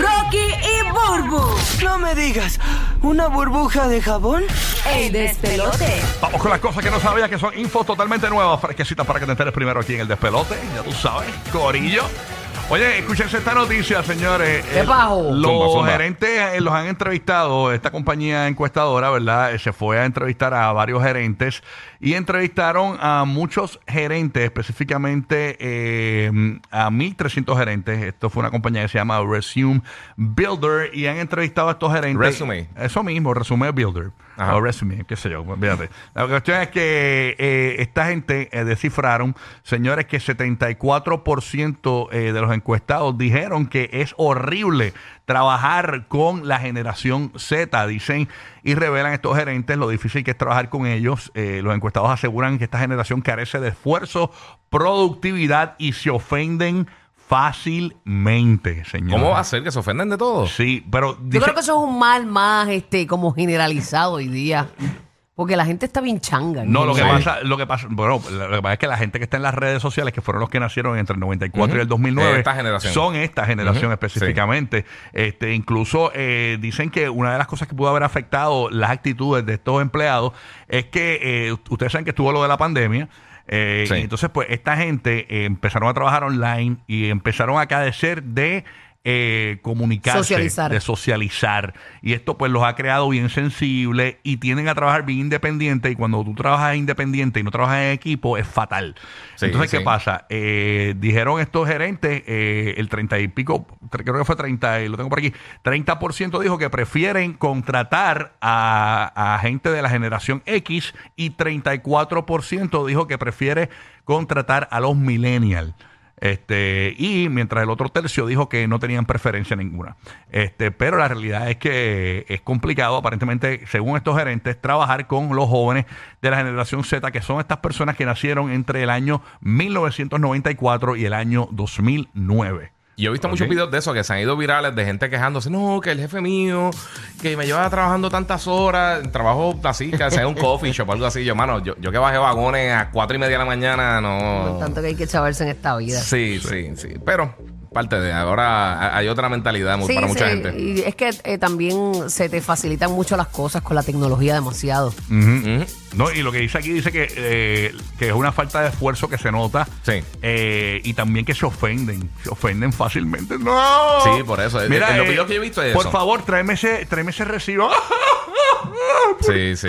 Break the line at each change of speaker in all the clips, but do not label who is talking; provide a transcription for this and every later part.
Rocky y Burbu,
No me digas, ¿una burbuja de jabón?
el despelote.
Vamos con las cosas que no sabías, que son infos totalmente nuevas, fresquecitas para que te enteres primero aquí en el despelote. Ya tú sabes, Corillo. Oye, escúchense esta noticia, señores.
¿Qué
Eh,
bajo?
Los
Zumba, zumba.
gerentes eh, los han entrevistado. Esta compañía encuestadora, ¿verdad? Eh, Se fue a entrevistar a varios gerentes y entrevistaron a muchos gerentes, específicamente eh, a 1.300 gerentes. Esto fue una compañía que se llama Resume Builder y han entrevistado a estos gerentes.
Resume.
Eso mismo, Resume Builder.
Ajá.
O resume, qué sé yo, fíjate. La cuestión es que eh, esta gente eh, descifraron, señores, que 74% eh, de los encuestados dijeron que es horrible trabajar con la generación Z, dicen y revelan estos gerentes lo difícil que es trabajar con ellos. Eh, los encuestados aseguran que esta generación carece de esfuerzo, productividad y se ofenden fácilmente, señor.
¿Cómo va a ser que se ofenden de todo?
Sí, pero
Yo
dice-
creo que eso es un mal más este como generalizado hoy día. Porque la gente está bien changa. en
No, lo que
general.
pasa, lo que pasa, bueno, lo que pasa es que la gente que está en las redes sociales, que fueron los que nacieron entre el 94 y el 2009,
Esta generación.
son esta generación
Ujú,
específicamente. Este, incluso eh, dicen que una de las cosas que pudo haber afectado las actitudes de estos empleados es que eh, ustedes saben que estuvo lo de la pandemia. eh,
Sí.
y entonces, pues, esta gente eh, empezaron a trabajar online y empezaron a carecer de eh, comunicarse,
Socializar.
de socializar. Y esto pues los ha creado bien sensibles y tienden a trabajar bien independiente. Y cuando tú trabajas independiente y no trabajas en equipo, es fatal.
Sí,
Entonces, ¿qué
sí.
pasa? Eh, dijeron estos gerentes, eh, el 30 y pico, cre- creo que fue 30, y lo tengo por aquí, 30% dijo que prefieren contratar a, a gente de la generación X y 34% dijo que prefiere contratar a los millennials. Este, y mientras el otro tercio dijo que no tenían preferencia ninguna. Este, pero la realidad es que es complicado, aparentemente, según estos gerentes, trabajar con los jóvenes de la generación Z, que son estas personas que nacieron entre el año 1994 y el año 2009.
Yo he visto muchos
Ok.
videos de eso que se han ido virales de gente quejándose. No, que el jefe mío, que me lleva trabajando tantas horas, trabajo así, que sea un coffee shop o algo así. Yo, mano, yo, yo que bajé vagones a cuatro y media de la mañana,
Por
no.
tanto que hay que chavarse en esta vida.
Sí, sí, sí. Pero parte de ahora ha- hay otra mentalidad mu-
Sí,
para mucha
sí,
gente.
Y es que eh, también se te facilitan mucho las cosas con la tecnología demasiado.
No, y lo que dice aquí dice que, eh, que es una falta de esfuerzo que se nota.
Sí.
Eh, y también que se ofenden. Se ofenden fácilmente. ¡No! eh,
Sí, por eso. En- en los videos que yo he visto es
Por
eso.
favor, tráeme ese, tráeme ese recibo.
Sí, sí.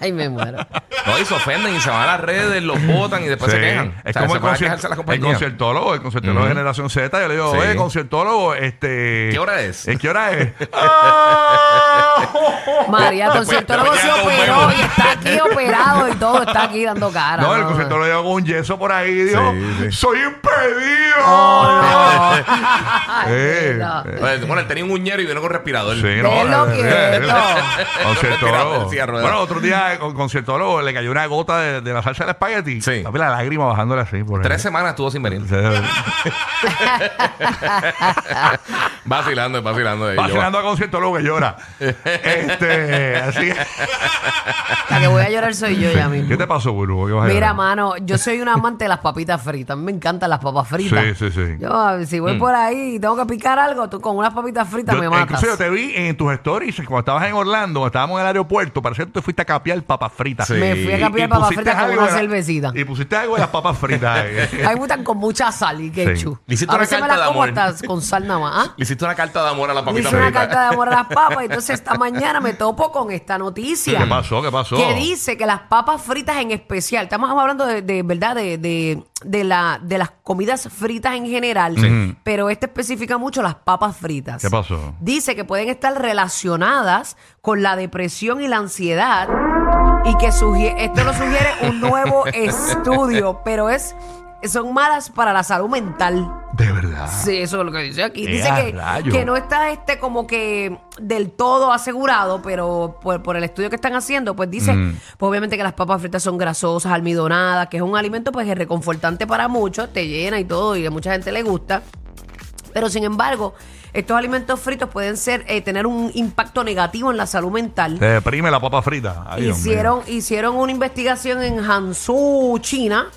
Ay, me muero.
No, y se ofenden y se van a las redes, los botan y después Pues se
Sí.
quejan. O
Es
sea,
como
se
el,
van a
concier-
quejarse a
el
las compañías.
conciertólogo, el conciertólogo de Generación Z. Yo le digo,
Sí.
oye, conciertólogo, este...
¿Qué hora es?
Eh, ¿Qué hora es? ¡Ah!
María, conciertólogo se
después llega
operó
un
y está aquí operado y todo, está aquí dando cara.
no, el conciertólogo llegó con un yeso por ahí y dijo,
Sí, Oh, sí.
soy impedido.
Ay,
Eh,
no.
eh,
Bueno, bueno, él tenía un uñero y vino con respirador.
Sí,
Déjelo
no, eh,
quieto.
eh,
Tirado del
Conciertólogo.
cierre.
Bueno, otro día con conciertólogo le cayó una gota de, de la salsa del espagueti.
Sí.
Papi, la lágrima bajándole así. Por ahí.
Tres semanas estuvo sin venir. Vacilando, vacilando. ahí, yo-
Vacilando a conciertólogo que llora. este, así.
La que voy a llorar soy yo ya mismo.
¿Qué te pasó, Burbu? ¿Qué vas a
Mira,
llorar?
mano, yo soy un amante de las papitas fritas. A mí me encantan las papas fritas.
Sí, sí, sí. Mm.
Yo, ah, si voy por ahí y tengo que picar algo, tú con unas papitas fritas
Yo-
me matas.
Incluso yo te vi en tus stories cuando estabas en Orlando, cuando estábamos en el aeropuerto, parece que tú te fuiste a capear papas fritas.
Sí.
Me fui a
Y-
cambiar
y
papas
pusiste
fritas con
algo
una
de la-
cervecita.
Y pusiste algo de las papas fritas. ahí.
A mí me gustan con mucha sal y ketchup.
Le hiciste
A
una
veces me
carta
las
de
como
amor.
hasta con sal nada más. ¿ah?
Le hiciste una carta de amor a la
Le
papita
hice una
frita.
carta de amor a las papas. Entonces esta mañana me topo con esta noticia.
¿Qué pasó? ¿Qué pasó?
Que dice que las papas fritas en especial, estamos hablando de, de, verdad de, de, de la, de las comidas fritas en general, pero este especifica mucho las papas fritas.
¿Qué pasó?
Dice que pueden estar relacionadas con la depresión y la ansiedad y que sugie- esto lo sugiere un nuevo estudio, pero es son malas para la salud mental.
De verdad.
Sí, eso es lo que dice aquí.
Eh,
Dice
a
que,
rayos.
que no está este como que del todo asegurado, pero por, por el estudio que están haciendo, pues dice, pues obviamente que las papas fritas son grasosas, almidonadas, que es un alimento pues reconfortante para muchos, te llena y todo, y a mucha gente le gusta. Pero sin embargo, estos alimentos fritos pueden ser eh, tener un impacto negativo en la salud mental.
Te deprime la papa frita. Ay, Dios mío.
Hicieron, hicieron una investigación en Hangzhou, China,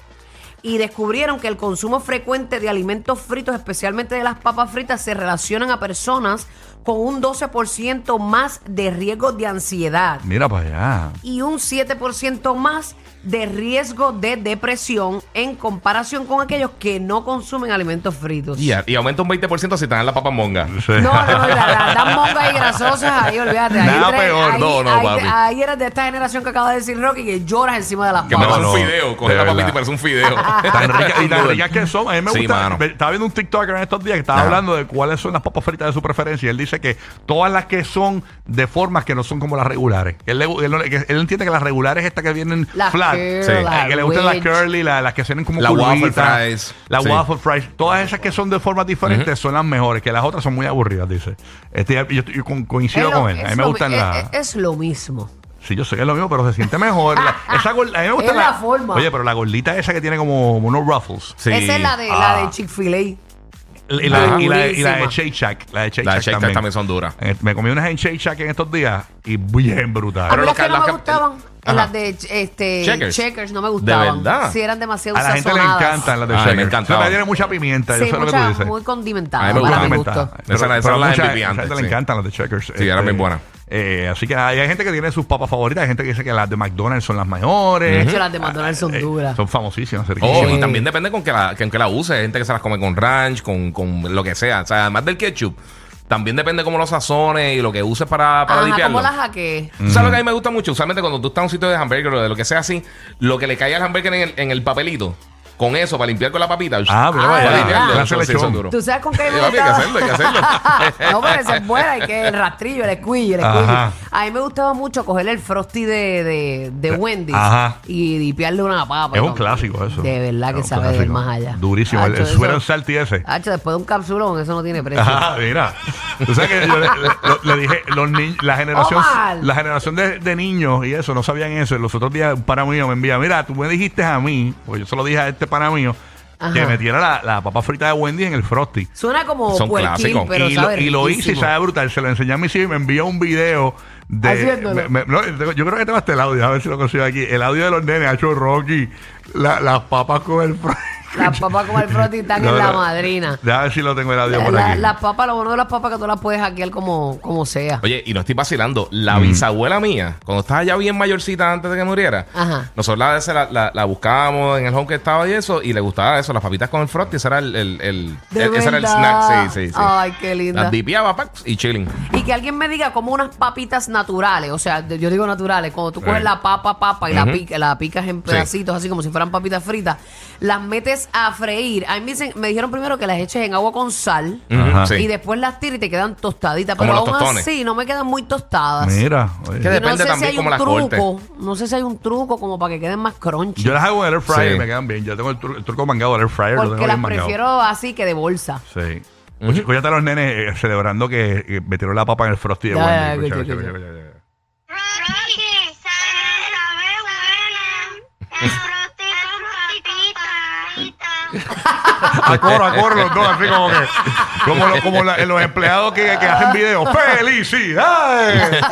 y descubrieron que el consumo frecuente de alimentos fritos, especialmente de las papas fritas, se relacionan a personas con un 12% más de riesgo de ansiedad
Mira para allá.
y un 7% más de riesgo de depresión en comparación con aquellos que no consumen alimentos fritos.
Y, a- y aumenta un 20% si te dan la papa monga.
No, no, no, la, la, dan mongas y grasosas ahí, olvídate. Ahí
Nada
entre-
peor,
ahí-
no, no,
ahí-
papi.
Ahí eres de esta generación que acaba de decir Rocky que lloras encima de las
Que
papas.
parece
No,
un
no,
fideo. Coge
de
la papita
verdad.
y parece un fideo.
Tan ricas Ah, y tan
Sin
ricas
duda.
que son. A mí me
Sí,
gusta.
mano.
ve- Estaba viendo un TikToker en estos días que estaba
Ajá.
hablando de cuáles son las papas fritas de su preferencia. Y él dice que todas las que son de formas que no son como las regulares. Él, le- él no le- que él entiende que las regulares estas que vienen
Las
flat.
curl,
Sí.
eh,
las
que le gustan las
wedge.
curly, la- las que tienen como
La waffle
curvitas,
fries.
La
Sí.
waffle fries. Todas esas que son de formas diferentes son las mejores, que las otras son muy aburridas, dice. Este, yo, estoy- yo con- coincido
Es lo-
con él. A mí
es
me
lo- eh,
gustan
es-
las.
Es, es lo mismo.
Sí, yo sé que es lo mismo, pero se siente mejor. La- esa gor- a mí me gusta
Es la forma.
Oye, pero la gordita esa que tiene como unos ruffles.
Sí.
Esa es la de, la
Ah.
de Chick-fil-A.
Y la, y la- y la de
Durísima.
Shake Shack. La de Shake
Las
Shack
Shake Tac
también.
también son duras.
Eh, Me comí unas en Shake Shack en estos días y bien brutal.
A mí
Pero
las
los
que
que-
no
los
me
que-
gustaban,
Ajá.
las de este, checkers.
Checkers.
no me gustaban.
verdad?
Sí, eran demasiado
a la gente le
sazonadas.
encantan las de
Ay, Ah, me
Shake Shack.
encantaba.
Eso le tiene mucha pimienta, yo
Sí,
sé lo que tú
muchas
dices.
muy
A mí
condimentadas
me
para
gustaban.
mi
Mental.
gusto.
Pero-
Esas eran- esas
pero
eran las
mucha-
MVP
mucha
antes,
gente
sí.
le encantan las de Checkers.
Sí, eran bien buenas.
eh, así que hay, hay gente que tiene sus papas favoritas, hay gente que dice que las de McDonald's son las mejores.
De hecho, las de McDonald's son
Eh,
duras.
Son famosísimas,
Oh,
riquísimas.
y también depende con que la, con que la use. Hay gente que se las come con ranch, con, con lo que sea. O sea, además del ketchup, también depende cómo lo sazones y lo que uses para, para
Ajá,
limpiarlo.
como las hackeé.
¿Tú ¿Sabes lo que a mí me gusta mucho? Usualmente cuando tú estás en un sitio de hamburger o de lo que sea así, lo que le cae al hamburger en el, en el papelito, con eso, para limpiar con la papita.
Ah, pero
Ah,
vaya,
¿verdad?
limpiarlo,
clase
eso sí, eso es
lechón.
duro.
¿Tú sabes con qué
Sí,
me
papi, hay que
gustaba?
hacerlo, hay que hacerlo.
no, pero esa es buena. Hay que el rastrillo, el escuillo, el escuillo.
Ajá.
A mí me gustaba mucho coger el Frosty de, de, de Wendy's
Ajá.
y dipiarle una papa.
Es
¿no?
un clásico eso.
De verdad
Es
que
un
sabe del
clásico.
más allá.
Durísimo. El,
Hacho,
el
eso-
suero salty ese.
Hacho, después de un capsulón, eso no tiene precio.
Ajá, Ah, mira. Tú sabes que yo le, le- le- le dije, los ni- la generación,
Omar.
la generación de, de niños y eso, no sabían eso. Y los otros días un pana mío me envía, mira, tú me dijiste a mí, o yo se lo dije a este pana mío, que
Ajá.
metiera la, la papa frita de Wendy en el Frosty.
Suena como
Son
puerquín,
clásicos.
pero
y,
sabe
lo, y lo hice y
riquísimo.
sabe brutal. Se lo enseñé a mi hijo y me envió un video de.
Haciéndolo.
me- me- no, tengo- yo creo que tengo hasta el audio, a ver si lo consigo aquí. El audio de los nenes, ha hecho Rocky, la- las papas con el Frosty.
Las papas con el Frosty están
No,
en la
no.
madrina.
Déjame ver si lo tengo el audio
La-
por
la-
aquí.
las papas, lo bueno de las papas es que tú las puedes hackear como, como sea.
Oye, y no estoy vacilando. La bisabuela mía, cuando estaba ya bien mayorcita antes de que muriera,
Ajá.
nosotros la, veces la, la- la buscábamos en el home que estaba y eso, y le gustaba eso, las papitas con el frosty. Ese era el, el, el-
De
el- ese era el
verdad.
snack. Sí, sí, sí.
Ay, qué linda.
Las dipiaba pac, y chilling.
Y que alguien me diga como unas papitas naturales, o sea, de- yo digo naturales, cuando tú coges
Sí.
la papa, papa y la, pica- la picas en pedacitos, así como si fueran papitas fritas, las metes a freír. A mí me, dicen- me dijeron primero que las eches en agua con sal
Ajá.
Sí.
y después las tiras y te quedan tostaditas,
Como
pero
los
aún
tostones.
así no me quedan muy tostadas.
Mira, oye.
¿Qué
Y
Depende también
hay
cómo
un
las cortes.
truco, no sé si hay un truco como para que queden más crunchy,
Yo las hago en el air fryer
Sí.
y me quedan bien. Yo tengo el, tru- el truco mangado del air fryer. lo
porque
tengo
las
bien mangado.
prefiero así que de bolsa.
Sí. Escúchate a los nenes eh, celebrando que, que metieron la papa en el frosty de
Ya, ya,
Wendy.
ya,
Escucha,
ya,
escucha,
ya,
escucha, escucha.
Rocky, sabe, sabe, buena. El frosty con papita.
A coro, a coro los dos, así como que. Como, lo- como la- los empleados que, que hacen videos. ¡Felicidades!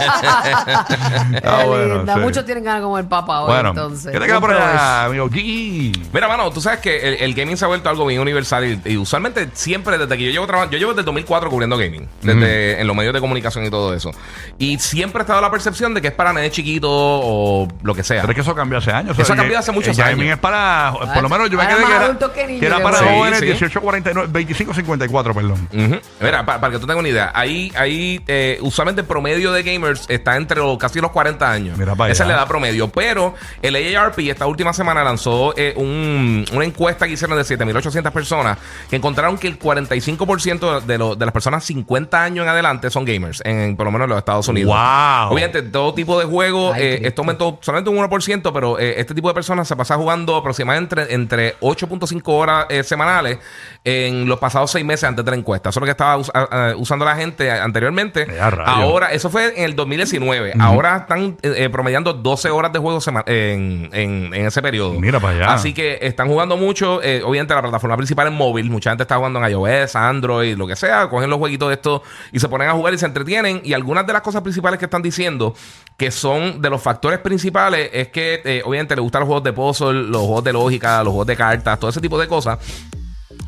Ah,
Qué
bueno,
linda.
sí.
Muchos tienen ganas como el papá hoy,
Bueno,
entonces.
¿qué te queda por
Compro
allá, amigo? Gui.
Mira, mano, tú sabes que el, el gaming se ha vuelto algo bien universal y, y usualmente siempre desde que yo llevo trabajando, yo llevo desde el 2004 cubriendo gaming, desde en los medios de comunicación y todo eso. Y siempre ha estado la percepción de que es para nenes chiquitos o lo que sea.
Pero es que eso cambió hace años.
Eso ha cambiado hace muchos
ya,
años.
también es para, por lo menos yo me
Ahora
quedé
más
que era,
adultos que niños,
que era
yo
para
creo.
jóvenes
Sí, sí.
18, 49, 25, 54, perdón.
Ujú. Mira, pa- para que tú tengas una idea, ahí, ahí eh, usualmente el promedio de gamers está entre los, casi los 40 años.
Mira pa'
Esa es
allá.
la edad promedio. Pero el AARP esta última semana lanzó eh, un- una encuesta que hicieron de 7.800 personas que encontraron que el 45% de, lo- de las personas 50 años en adelante son gamers, en, por lo menos en los Estados Unidos.
Wow.
Obviamente, todo tipo de juegos,
Ay,
eh,
Cristo.
esto aumentó solamente un 1%, pero eh, este tipo de personas se pasa jugando aproximadamente entre, entre 8.5 horas eh, semanales en los pasados seis meses antes de la encuesta. Eso es lo que estaba us- a- a- usando la gente a- anteriormente.
Ya, rayos.
Ahora, eso fue en el 2019. Ahora están eh, eh, promediando 12 horas de juego sema- en, en- en ese periodo.
Mira para allá.
Así que están jugando mucho. eh, obviamente, la plataforma principal es móvil. Mucha gente está jugando en iOS, Android, lo que sea. Cogen los jueguitos de estos y se ponen a jugar y se entretienen. Y algunas de las cosas principales que están diciendo que son de los factores principales es que, eh, obviamente, le gustan los juegos de puzzle, los juegos de lógica, los juegos de cartas, todo ese tipo de cosas.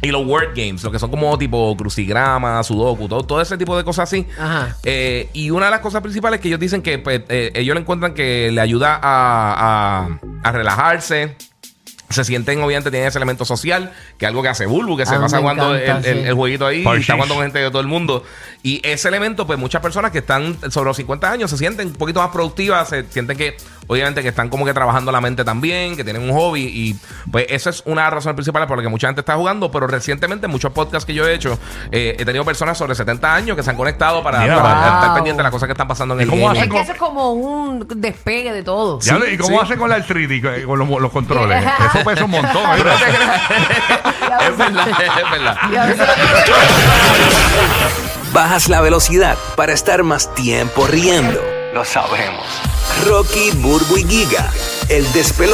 Y los word games, lo que son como tipo crucigrama, sudoku, todo, todo ese tipo de cosas así.
Ajá.
Eh, y una de las cosas principales que ellos dicen que pues, eh, ellos le encuentran que le ayuda a, a- a relajarse. Se sienten, obviamente, tienen ese elemento social, que es algo que hace Bulbu, que se
Ah,
pasa
me
jugando
encanta,
el, el-
sí.
el jueguito ahí, y
Parchís.
está jugando con gente de todo el mundo. Y ese elemento, pues muchas personas que están sobre los 50 años se sienten un poquito más productivas, se sienten que, obviamente, que están como que trabajando la mente también, que tienen un hobby. Y pues esa es una razón principal por la que mucha gente está jugando. Pero recientemente, en muchos podcasts que yo he hecho, eh, he tenido personas sobre 70 años que se han conectado para,
Mira,
para
wow.
estar pendientes de las cosas que están pasando en
¿Y
el
cómo
gaming.
Es
hacen
que eso es como un despegue de todo.
Ya lo- ¿Y cómo
sí.
hace con la artritis, eh, con los, los controles? Eso pesa un montón. ¿eh?
es verdad, es verdad.
Y a veces-
Bajas la velocidad para estar más tiempo riendo. Lo sabemos. Rocky, Burbu y Giga, el despelote.